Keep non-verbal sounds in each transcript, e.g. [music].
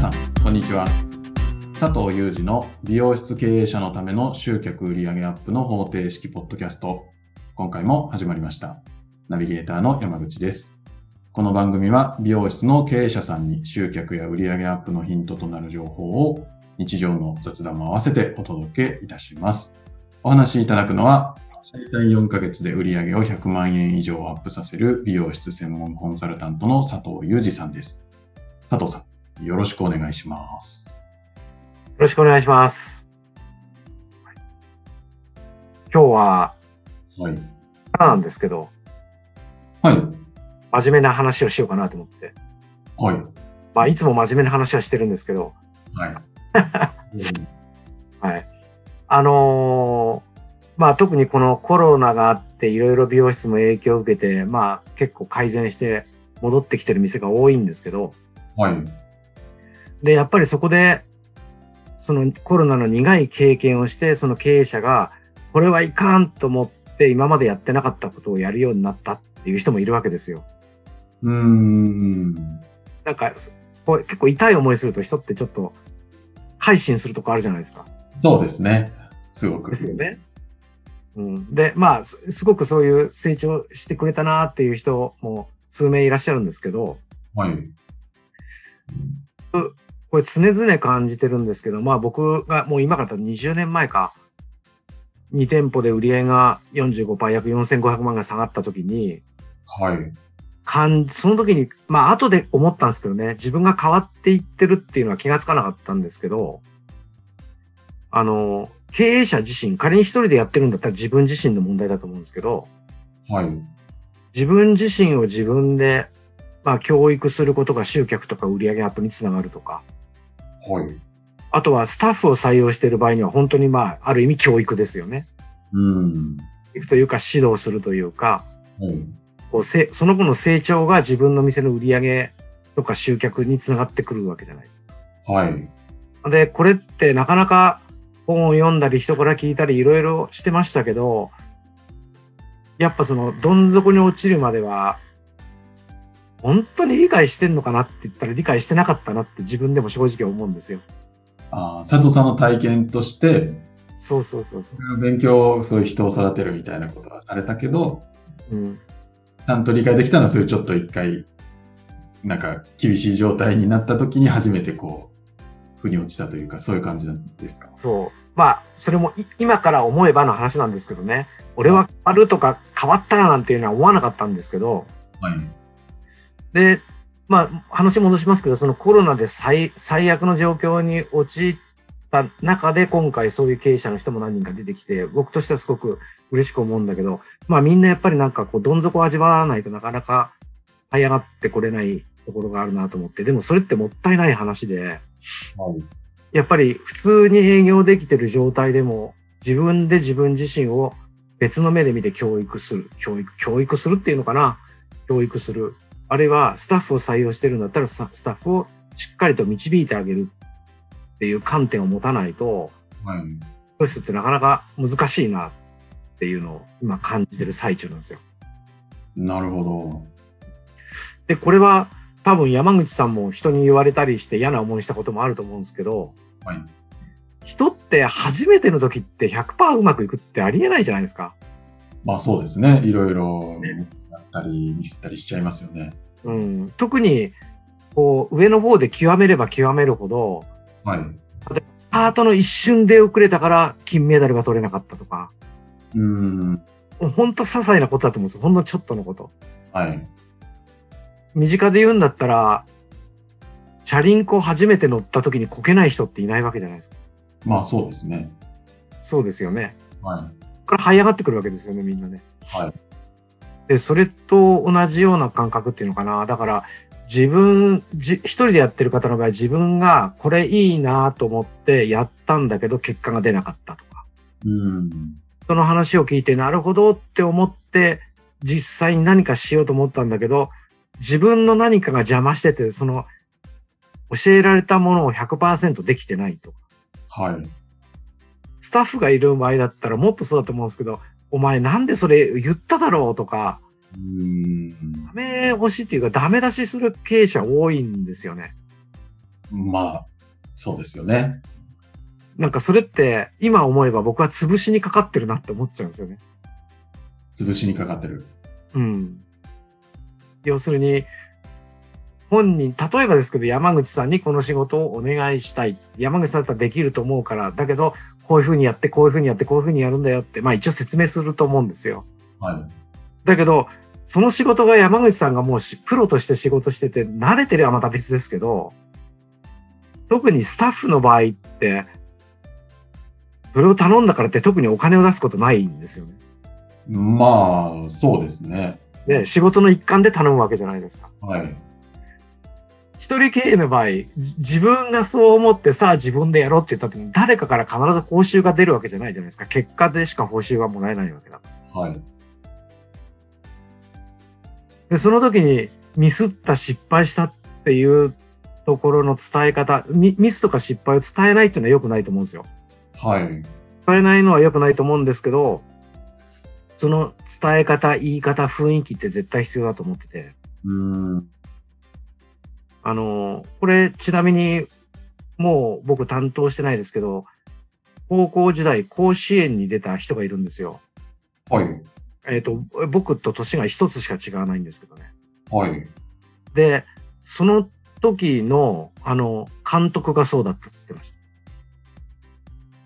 ちは佐藤裕二の美容室経営者のための集客売上アップの方程式ポッドキャスト今回も始まりましたナビゲーターの山口ですこの番組は美容室の経営者さんに集客や売上アップのヒントとなる情報を日常の雑談も合わせてお届けいたしますお話しいただくのは最短4ヶ月で売上を100万円以上アップさせる美容室専門コンサルタントの佐藤裕二さんです佐藤さんよろしくお願いしますよろしくお願いします。今日は、はいなんですけど、はい真面目な話をしようかなと思って。はいまあ、いつも真面目な話はしてるんですけど、はい。はい。あのーまあ、特にこのコロナがあって、いろいろ美容室も影響を受けて、まあ、結構改善して戻ってきてる店が多いんですけど、 [laughs] はい。で、やっぱりそこで、そのコロナの苦い経験をして、その経営者が、これはいかんと思って、今までやってなかったことをやるようになったっていう人もいるわけですよ。うーん。なんか、すこう結構痛い思いすると人ってちょっと、改心するとこあるじゃないですか。そうですね。すごく。ね。うん、で、まあ、すすごくそういう成長してくれたなっていう人も数名いらっしゃるんですけど、はい。これ常々感じてるんですけど、まあ僕がもう今から多分20年前か、2店舗で売り上げが45%、約4500万が下がった時に、はい。感じその時に、まあ後で思ったんですけどね、自分が変わっていってるっていうのは気がつかなかったんですけど、あの、経営者自身、仮に一人でやってるんだったら自分自身の問題だと思うんですけど、はい。自分自身を自分で、まあ教育することが集客とか売上アップにつながるとか、はい。あとはスタッフを採用している場合には本当にまあ、ある意味教育ですよね。うーん。教育というか指導するというか、はい。こうせその後の成長が自分の店の売り上げとか集客につながってくるわけじゃないですはい。か。で、これってなかなか本を読んだり人から聞いたりいろいろしてましたけど、やっぱそのどん底に落ちるまでは、本当に理解してんのかなって言ったら理解してなかったなって自分でも正直思うんですよ。あー佐藤さんの体験として、そうそうそうそ勉強、そういう人を育てるみたいなことはされたけど、う。うん。ちゃんと理解できたのは、そういうちょっと一回、なんか厳しい状態になった時に初めてこう、腑に落ちたというか、そういう感じなんですか。そう。まあ、それもい今から思えばの話なんですけどね、俺は変わるとか変わったなんていうのは思わなかったんですけど、はい。で、まあ、話戻しますけど、そのコロナで最最悪の状況に陥った中で、今回そういう経営者の人も何人か出てきて、僕としてはすごく嬉しく思うんだけど、まあみんなやっぱりなんかこう、どん底を味わわないとなかなか這い上がってこれないところがあるなと思って、でもそれってもったいない話で、はい。やっぱり普通に営業できてる状態でも、自分で自分自身を別の目で見て教育する。教育、教育するっていうのかな教育する。あるいはスタッフを採用してるんだったらさスタッフをしっかりと導いてあげるっていう観点を持たないと、はい。教室ってなかなか難しいなっていうのを今感じてる最中なんですよ。なるほで、これは多分山口さんも人に言われたりして嫌な思いしたこともあると思うんですけど、ど。はい。人って初めての時って100%うまくいくってありえないじゃないですか。まあそうですね。いろいろねやったり、ミスったりしちゃいますよね。うん、特にこう上の方で極めれば極めるほど、はい。ハートの一瞬で遅れたから金メダルが取れなかったとか、うん。もうほんと些細なことだと思うんですよ。ほんのちょっとのこと。はい。身近で言うんだったら、チャリンコ初めて乗った時にこけない人っていないわけじゃないですか。まあそうですね。そうですよね。はここから這い上がってくるわけですよね、みんなね。はい。で、それと同じような感覚っていうのかな。だから、自分、じ、一人でやってる方の場合、自分がこれいいなと思ってやったんだけど、結果が出なかったとか。い。うん。その話を聞いて、なるほどって思って、実際に何かしようと思ったんだけど、自分の何かが邪魔してて、その、教えられたものを100%できてないと。はい。スタッフがいる場合だったらもっとそうだと思うんですけど、お前なんでそれ言っただろうとか、うんダ。メ押しっていうかダメ出しする経営者多いんですよね。まあ、そうですよね。なんかそれって、今思えば僕は潰しにかかってるなって思っちゃうんですよね。潰しにかかってる。うん。要するに、本人、例えばですけど、山口さんにこの仕事をお願いしたい。山口さんだったらできると思うから、だけど、こういうふうにやって、こういうふうにやって、こういうふうにやるんだよって、まあ一応説明すると思うんですよ。はだけど、その仕事が山口さんがもうしプロとして仕事してて、慣れてればまた別ですけど、特にスタッフの場合って、それを頼んだからって特にお金を出すことないんですよね。い。まあ、そうですね。で、仕事の一環で頼むわけじゃないですか。はい。一人経営の場合、じ自分がそう思ってさあ自分でやろうって言った時に誰かから必ず報酬が出るわけじゃないじゃないですか。結果でしか報酬がもらえないわけだから。はい。で、その時にミスった失敗したっていうところの伝え方、ミミスとか失敗を伝えないっていうのは良くないと思うんですよ。はい。伝えないのは良くないと思うんですけど、その伝え方、言い方、雰囲気って絶対必要だと思ってて。うーん。あの、これちなみに、もう僕担当してないですけど、高校時代甲子園に出た人がいるんですよ。はい。えっ、と、僕と年が一つしか違わないんですけどね。はい。で、その時の、あの、監督がそうだったって言ってまし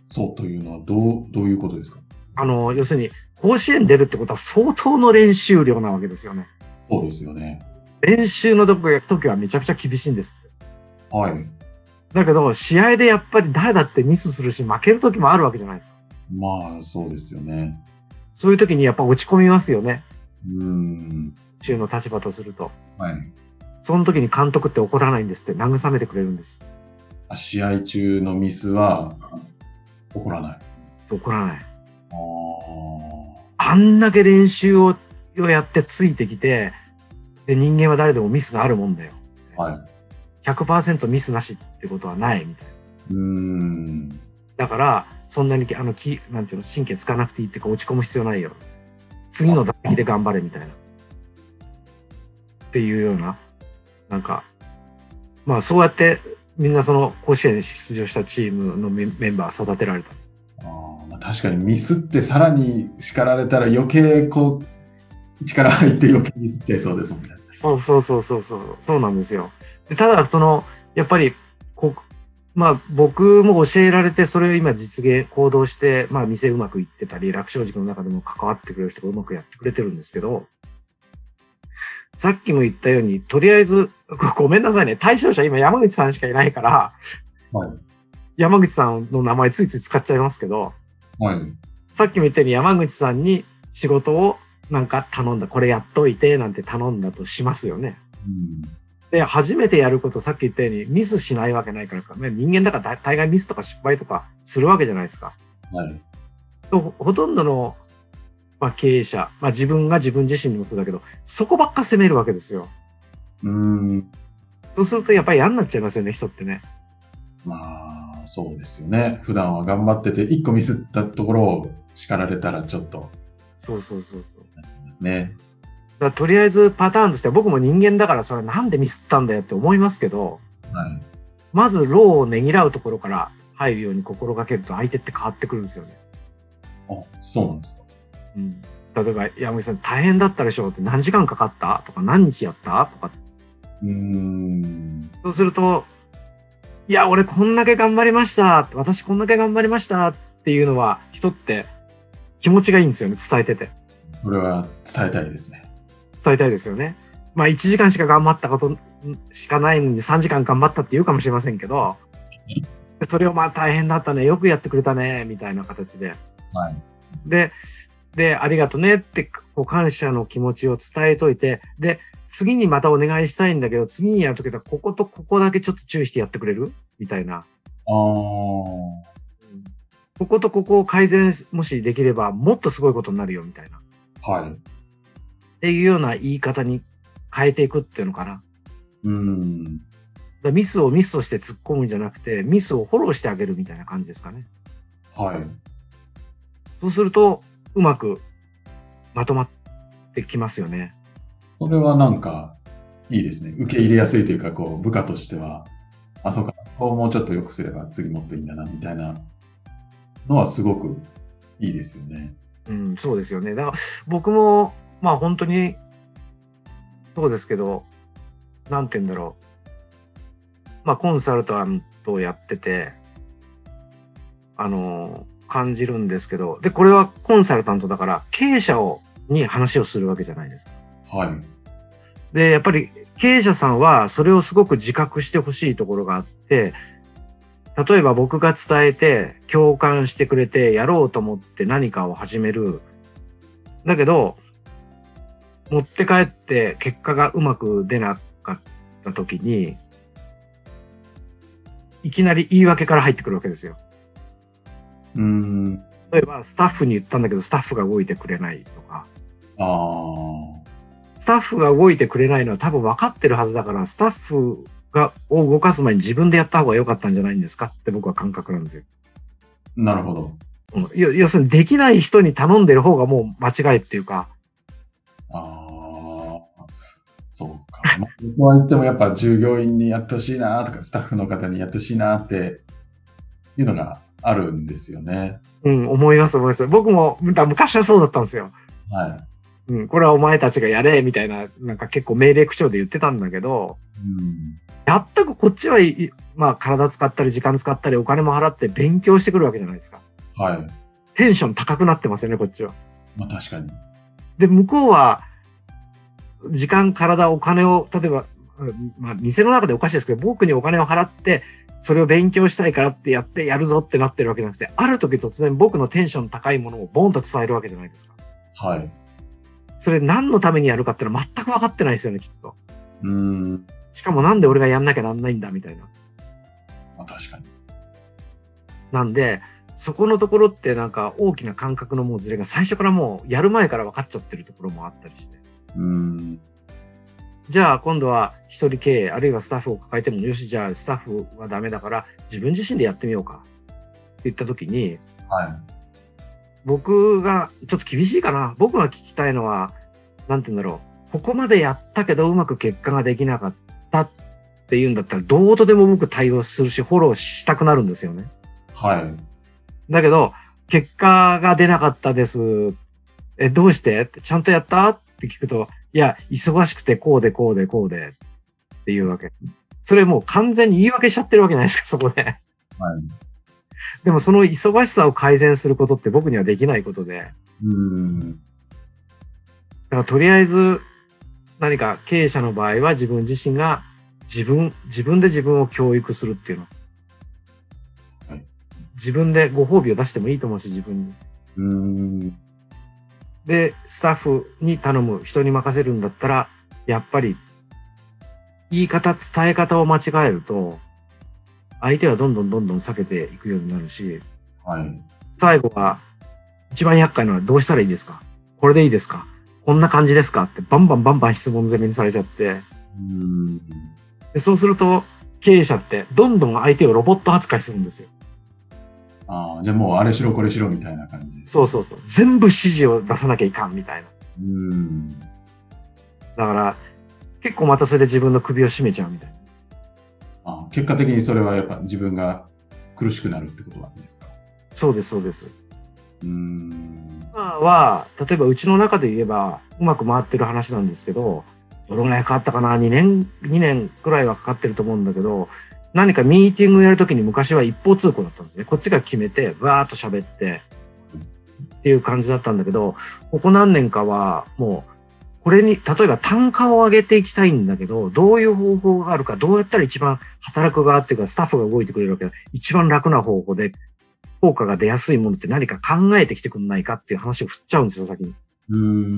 た。そうというのは、どう、どういうことですかあの、要するに、甲子園出るってことは相当の練習量なわけですよね。そうですよね。練習の時はめちゃくちゃ厳しいんですって。はい。だけど、試合でやっぱり誰だってミスするし、負ける時もあるわけじゃないですか。まあ、そうですよね。そういう時にやっぱ落ち込みますよね。うーん。中の立場とすると。はい。その時に監督って怒らないんですって、慰めてくれるんです。あ試合中のミスは、起こらない。そう怒らなあい。あ。あんだけ練習ををやってついてきて、で、人間は誰でもミスがあるもんだよ。はい。 100%ミスなしってことはないみたいな。うーん。だから、そんなに、あの、きなんていうの、神経つかなくていいっていうか、落ち込む必要ないよ。次の打席で頑張れみたいな。っていうような、なんか、まあそうやって、みんなその甲子園に出場したチームのメメンバー育てられた。あーまあ確かにミスってさらに叱られたら余計こう、力入って余計ミスっちゃいそうですもんね。そうそうそうそうそう、そうなんですよ。でただ、その、やっぱり、こまあ、僕も教えられて、それを今実現、行動して、まあ、店うまくいってたり、楽勝塾の中でも関わってくれる人がうまくやってくれてるんですけど、さっきも言ったように、とりあえず、ごごめんなさいね、対象者今山口さんしかいないから、はい山口さんの名前ついつい使っちゃいますけど、はい。さっきも言ったように山口さんに仕事をなんか頼んだ、これやっといて、なんて頼んだとしますよね。うんで、初めてやること、さっき言ったように、ミスしないわけないから、ね人間だから大大概ミスとか失敗とかするわけじゃないですか。はい。とほほとんどの、まあ、経営者、まあ、自分が自分自身のことだけど、そこばっか責めるわけですよ。うーん。そうするとやっぱり嫌になっちゃいますよね、人ってね。まあ、そうですよね。普段は頑張ってて、一個ミスったところを叱られたらちょっとそうそうそうそう。ですね。だからとりあえずパターンとしては僕も人間だからそれなんでミスったんだよって思いますけど、はい。まず労をねぎらうところから入るように心がけると相手って変わってくるんですよね。あ、そうなんですか。うん例えば山口さん大変だったでしょうって何時間かかったとか何日やったとかうーん。そうするといや俺こんだけ頑張りました私こんだけ頑張りましたっていうのは人って気持ちがいいんですよね伝えててそれは伝えたいですね。伝えたいですよねまあ1時間しか頑張ったことしかないのに3時間頑張ったって言うかもしれませんけどそれをまあ大変だったねよくやってくれたねみたいな形ではい。で、で、ありがとねって、こう、感謝の気持ちを伝えといて、で、次にまたお願いしたいんだけど、次にやるときは、こことここだけちょっと注意してやってくれるみたいな。ああ。こことここを改善、もしできれば、もっとすごいことになるよ、みたいな。はい。っていうような言い方に変えていくっていうのかな。だかうーん。らミスをミスとして突っ込むんじゃなくて、ミスをフォローしてあげるみたいな感じですかね。はい。そうすると、うまくまとまってきますよね。それはなんか、いいですね。受け入れやすいというか、こう、部下としては、あ、そうか、こをもうちょっと良くすれば次もっといいんだな、みたいなのはすごくいいですよね。うん、そうですよね。だから僕も、まあ本当に、そうですけど、なんて言うんだろう。まあコンサルタントをやってて、あの、感じるんですけど、で、これはコンサルタントだから、経営者を、に話をするわけじゃないですか。はい。で、やっぱり経営者さんはそれをすごく自覚してほしいところがあって、例えば僕が伝えて共感してくれてやろうと思って何かを始める。だけど、持って帰って結果がうまく出なかった時に、いきなり言い訳から入ってくるわけですよ。うーん。例えばスタッフに言ったんだけどスタッフが動いてくれないとか、ああ。スタッフが動いてくれないのは多分分かってるはずだから、スタッフがを動かす前に自分でやった方が良かったんじゃないんですかって僕は感覚なんですよ。なるほど。うん要要するにできない人に頼んでる方がもう間違いっていうか、ああ、そうか。まあ僕は言ってもやっぱ従業員にやってほしいなとか、スタッフの方にやってほしいなっていうのがあるんですよね。うん、思います思います。僕もだ昔はそうだったんですよ。はうん、これはお前たちがやれみたいな、なんか結構命令口調で言ってたんだけど、い。うん。やったくこっちはいい、まあ体使ったり時間使ったりお金も払って勉強してくるわけじゃないですか。はい。テンション高くなってますよね、こっちは。まあ確かに。で、向こうは、時間、体、お金を、例えば、うんまあ、店の中でおかしいですけど、僕にお金を払って、それを勉強したいからってやってやるぞってなってるわけじゃなくて、ある時突然僕のテンション高いものをボンと伝えるわけじゃないですか。はい。それ何のためにやるかってのは全く分かってないですよね、きっと。うーん。しかもなんで俺がやんなきゃなんないんだ、みたいな。まあ確かに。なんで、そこのところってなんか大きな感覚のもうズレが最初からもうやる前から分かっちゃってるところもあったりして。うーん。じゃあ今度は一人経営あるいはスタッフを抱えてもよしじゃあスタッフはダメだから自分自身でやってみようかって言った時にはい。僕がちょっと厳しいかな僕が聞きたいのはなんて言うんだろうここまでやったけどうまく結果ができなかったっていうんだったらどうとでも僕対応するしフォローしたくなるんですよね。はい。だけど、結果が出なかったです。え、どうしてってちゃんとやったって聞くと、いや、忙しくてこうでこうでこうでっていうわけ。それもう完全に言い訳しちゃってるわけじゃないですか、そこで。はい。でもその忙しさを改善することって僕にはできないことで。だうーん。からとりあえず何か経営者の場合は自分自身が自分、自分で自分を教育するっていうのはい。自分でご褒美を出してもいいと思うし、自分に。うーん。で、スタッフに頼む、人に任せるんだったら、やっぱり、言い方、伝え方を間違えると、相手はどんどんどんどん避けていくようになるし、はい。最後は、一番厄介なのはどうしたらいいですかこれでいいですかこんな感じですかってバンバンバンバン質問攻めにされちゃって、うーん。でそうすると、経営者ってどんどん相手をロボット扱いするんですよ。ああ、じゃあもうあれしろこれしろみたいな感じです。そうそうそう。全部指示を出さなきゃいかんみたいな。うーん。だから、結構またそれで自分の首を絞めちゃうみたいな。あー結果的にそれはやっぱ自分が苦しくなるってことなんですか。そうです、そうです。うーん。今は、例えばうちの中で言えば、うまく回ってる話なんですけど、どのぐらいかかったかな ?2 年、2年くらいはかかってると思うんだけど、何かミーティングやるときに昔は一方通行だったんですね。こっちが決めて、わーっと喋って、っていう感じだったんだけど、ここ何年かはもう、これに、例えば単価を上げていきたいんだけど、どういう方法があるか、どうやったら一番働く側っていうかスタッフが動いてくれるわけだ。一番楽な方法で、効果が出やすいものって何か考えてきてくんないかっていう話を振っちゃうんですよ、先に。うー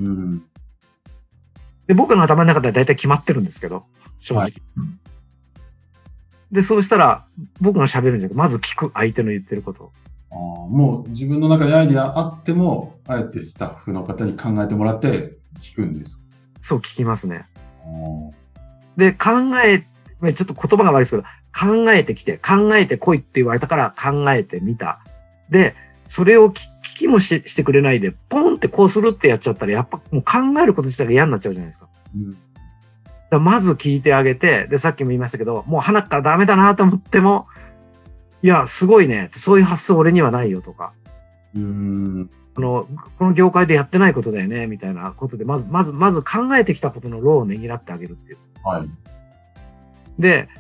ん。で、僕の頭の中では大体決まってるんですけど、正直。はいで、そうしたら、僕が喋るんじゃなくて、まず聞く、相手の言ってることを。あーもう自分の中にアイディアあっても、あえてスタッフの方に考えてもらって聞くんです。そう聞きますね。あーで、考え、まちょっと言葉が悪いですけど、考えてきて、考えてこいって言われたから考えてみた。で、それを聞聞きもししてくれないで、ポンってこうするってやっちゃったら、やっぱもう考えること自体が嫌になっちゃうじゃないですか。うんだからまず聞いてあげて、で、さっきも言いましたけど、もう花からダメだなと思っても、いや、すごいねって、そういう発想俺にはないよとか、うーん。あの、この業界でやってないことだよね、みたいなことで、まず、まず、まず考えてきたことの労をねぎらってあげるっていう。はい。で、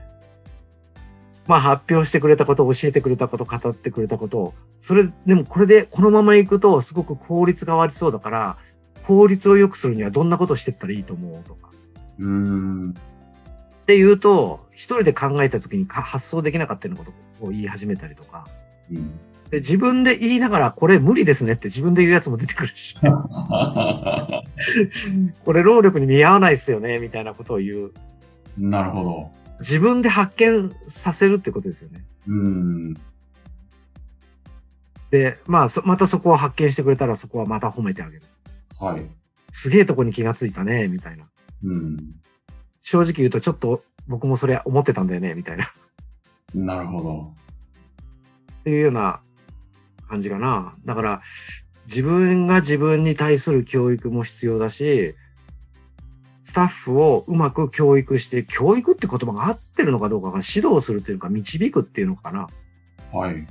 まあ発表してくれたこと、教えてくれたこと、語ってくれたこと、それ、でもこれでこのまま行くとすごく効率が悪そうだから、効率を良くするにはどんなことをしてったらいいと思うとか。うーん。って言うと、一人で考えた時にか発想できなかったようなことを言い始めたりとか。うん。で、自分で言いながら、これ無理ですねって自分で言うやつも出てくるし、これ労力に見合わないですよね、みたいなことを言う。なるほど。自分で発見させるってことですよね。うーん。で、まあ、そまたそこを発見してくれたら、そこはまた褒めてあげる。はい。すげえとこに気がついたね、みたいな。うん。正直言うと、ちょっと僕もそれ思ってたんだよね、みたいな。なるほど。っていうような感じかな。だから、自分が自分に対する教育も必要だし、スタッフをうまく教育して、教育って言葉が合ってるのかどうかが指導するというか、導くっていうのかな。はい。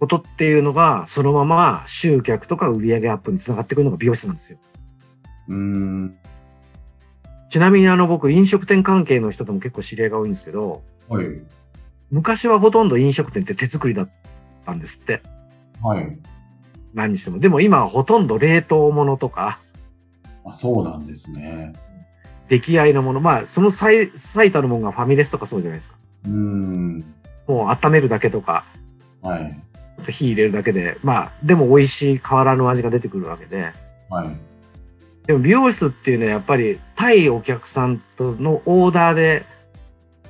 ことっていうのが、そのまま集客とか売上アップにつながってくるのが美容室なんですよ。うーん。ちなみにあの僕飲食店関係の人とも結構知り合いが多いんですけど、はい。昔はほとんど飲食店って手作りだったんですって。はい。何にしても。でも今はほとんど冷凍ものとか、あそうなんですね。出来合いのもの。まあ、その最最たるものがファミレスとかそうじゃないですか。うーん。もう温めるだけとか、はい。あと火入れるだけで、まあ、でも美味しい変わらぬ味が出てくるわけで。はい。でも美容室っていうのはやっぱり対お客さんとのオーダーで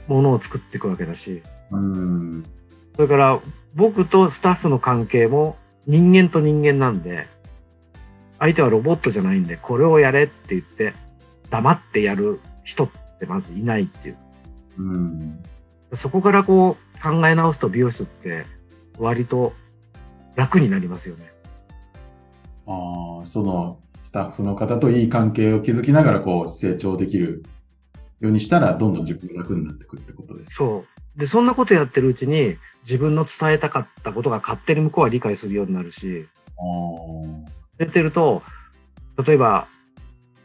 物を作っていくわけだし、うーん。それから僕とスタッフの関係も人間と人間なんで、相手はロボットじゃないんで、これをやれって言って、黙ってやる人ってまずいないっていう。うん。そこからこう考え直すと美容室って割と楽になりますよね。ああ、そのスタッフの方といい関係を築きながらこう成長できるようにしたらどんどん自分が楽になってくるってことです。そう。で、そんなことやってるうちに自分の伝えたかったことが勝手に向こうは理解するようになるし、あー出てると、例えば、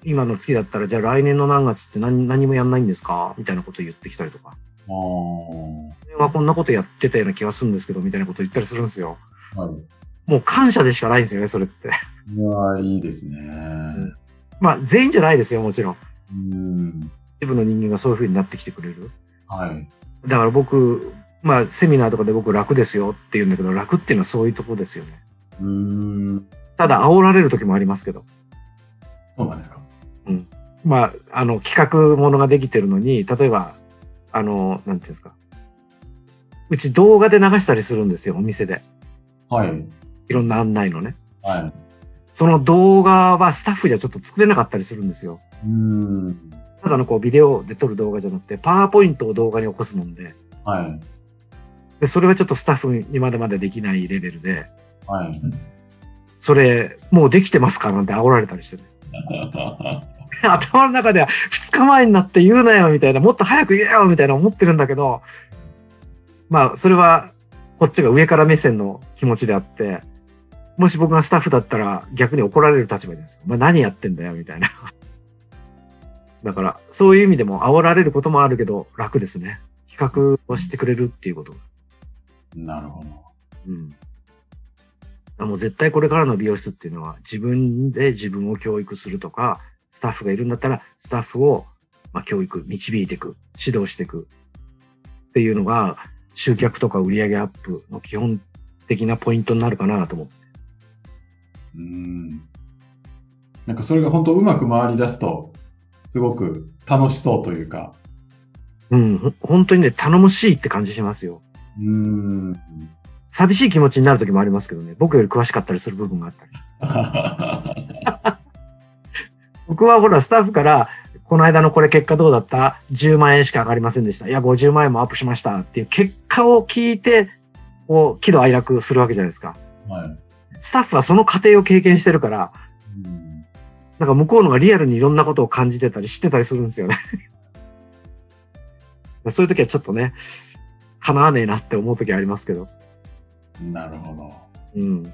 今の月だったら、じゃあ来年の何月って何何もやんないんですかみたいなこと言ってきたりとか、あー。去年はこんなことやってたような気がするんですけど、みたいなこと言ったりするんですよ。はい。もう感謝でしかないんですよね、それって。い [laughs] やーいいですね。まあ、全員じゃないですよ、もちろん。うん。一部の人間がそういう風になってきてくれる。はい。だから僕、まあ、セミナーとかで僕楽ですよって言うんだけど、楽っていうのはそういうとこですよね。うーん。ただ、煽られる時もありますけど。そうなんですか。まあ、あの企画ものができてるのに例えばあのなんていうんですかうち動画で流したりするんですよお店ではい。いろんな案内のねはい。その動画はスタッフじゃちょっと作れなかったりするんですようーん。ただのこうビデオで撮る動画じゃなくてパワーポイントを動画に起こすもんではい。でそれはちょっとスタッフにまだまだできないレベルで [laughs] はい。それもうできてますかなんて煽られたりしてね [laughs] 頭の中では2日前になって言うなよみたいなもっと早く言えよみたいな思ってるんだけどまあそれはこっちが上から目線の気持ちであってもし僕がスタッフだったら逆に怒られる立場じゃないですか。お前何やってんだよみたいな。だからそういう意味でも煽られることもあるけど楽ですね。企画をしてくれるっていうこと。なるほど。うん。あもう絶対これからの美容室っていうのは自分で自分を教育するとか、スタッフがいるんだったらスタッフを、まあ、教育、導いていく、指導していくっていうのが集客とか売上アップの基本的なポイントになるかなと思って。うーん。なんかそれが本当うまく回り出すと、すごく楽しそうというか。うん、ほ本当にね、頼もしいって感じしますよ。うーん。寂しい気持ちになる時もありますけどね、僕より詳しかったりする部分があったり。僕はほら、スタッフから、この間のこれ結果どうだった ?10 万円しか上がりませんでした。いや、50万円もアップしました。っていう結果を聞いて、こう、喜怒哀楽するわけじゃないですか。はい。スタッフはその過程を経験してるから、うんなんか向こうのがリアルにいろんなことを感じてたり知ってたりするんですよね。 [laughs] そういう時はちょっとね、叶わねえなって思う時ありますけど。なるほど。うん。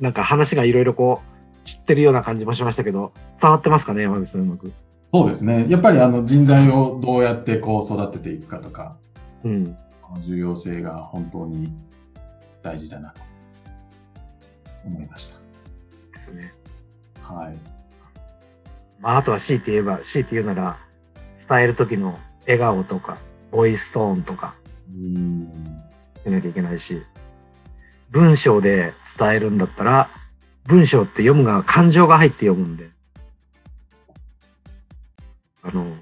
なんか話がいろいろこう、知ってるような感じもしましたけど、伝わってますかね、山口さん、うまく。そうですね。やっぱりあの人材をどうやってこう育てていくかとか、うん。この重要性が本当に大事だなと思いましですね。た。はい。まあ、あとは強いて言えば、強いて言うなら、伝える時の笑顔とか、ボイストーンとか、うん。しなきゃいけないし、文章で伝えるんだったら、文章って読むが、感情が入って読むんで。あの、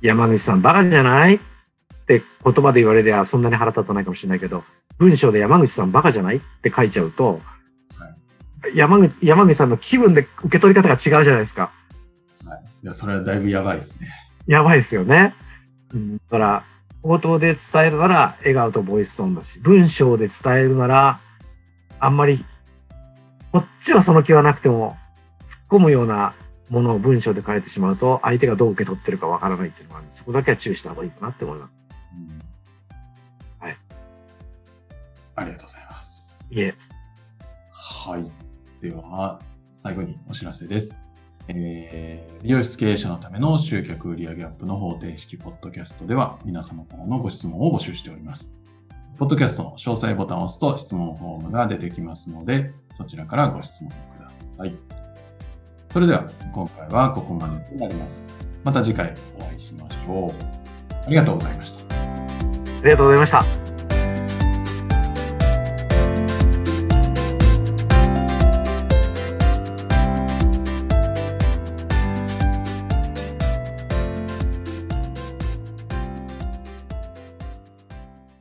山口さんバカじゃないって言葉で言われりゃそんなに腹立たないかもしれないけど、文章で山口さんバカじゃないって書いちゃうと、山口山口さんの気分で受け取り方が違うじゃないですか。いや、それはだいぶやばいですね。やばいですよね。うん、だから、口頭で伝えるなら笑顔とボイストーンだし、文章で伝えるなら、あんまり、こっちはその気はなくても、突っ込むようなものを文章で書いてしまうと、相手がどう受け取ってるかわからないっていうのがあるんで、そこだけは注意した方がいいかなって思います。うんはい。ありがとうございます。いえ。はい。では、最後にお知らせです。えー美容室経営者のための集客売上アップの方程式ポッドキャストでは皆様からのご質問を募集しております。ポッドキャストの詳細ボタンを押すと質問フォームが出てきますので、そちらからご質問ください。それでは、今回はここまでとなります。また次回お会いしましょう。ありがとうございました。ありがとうございました。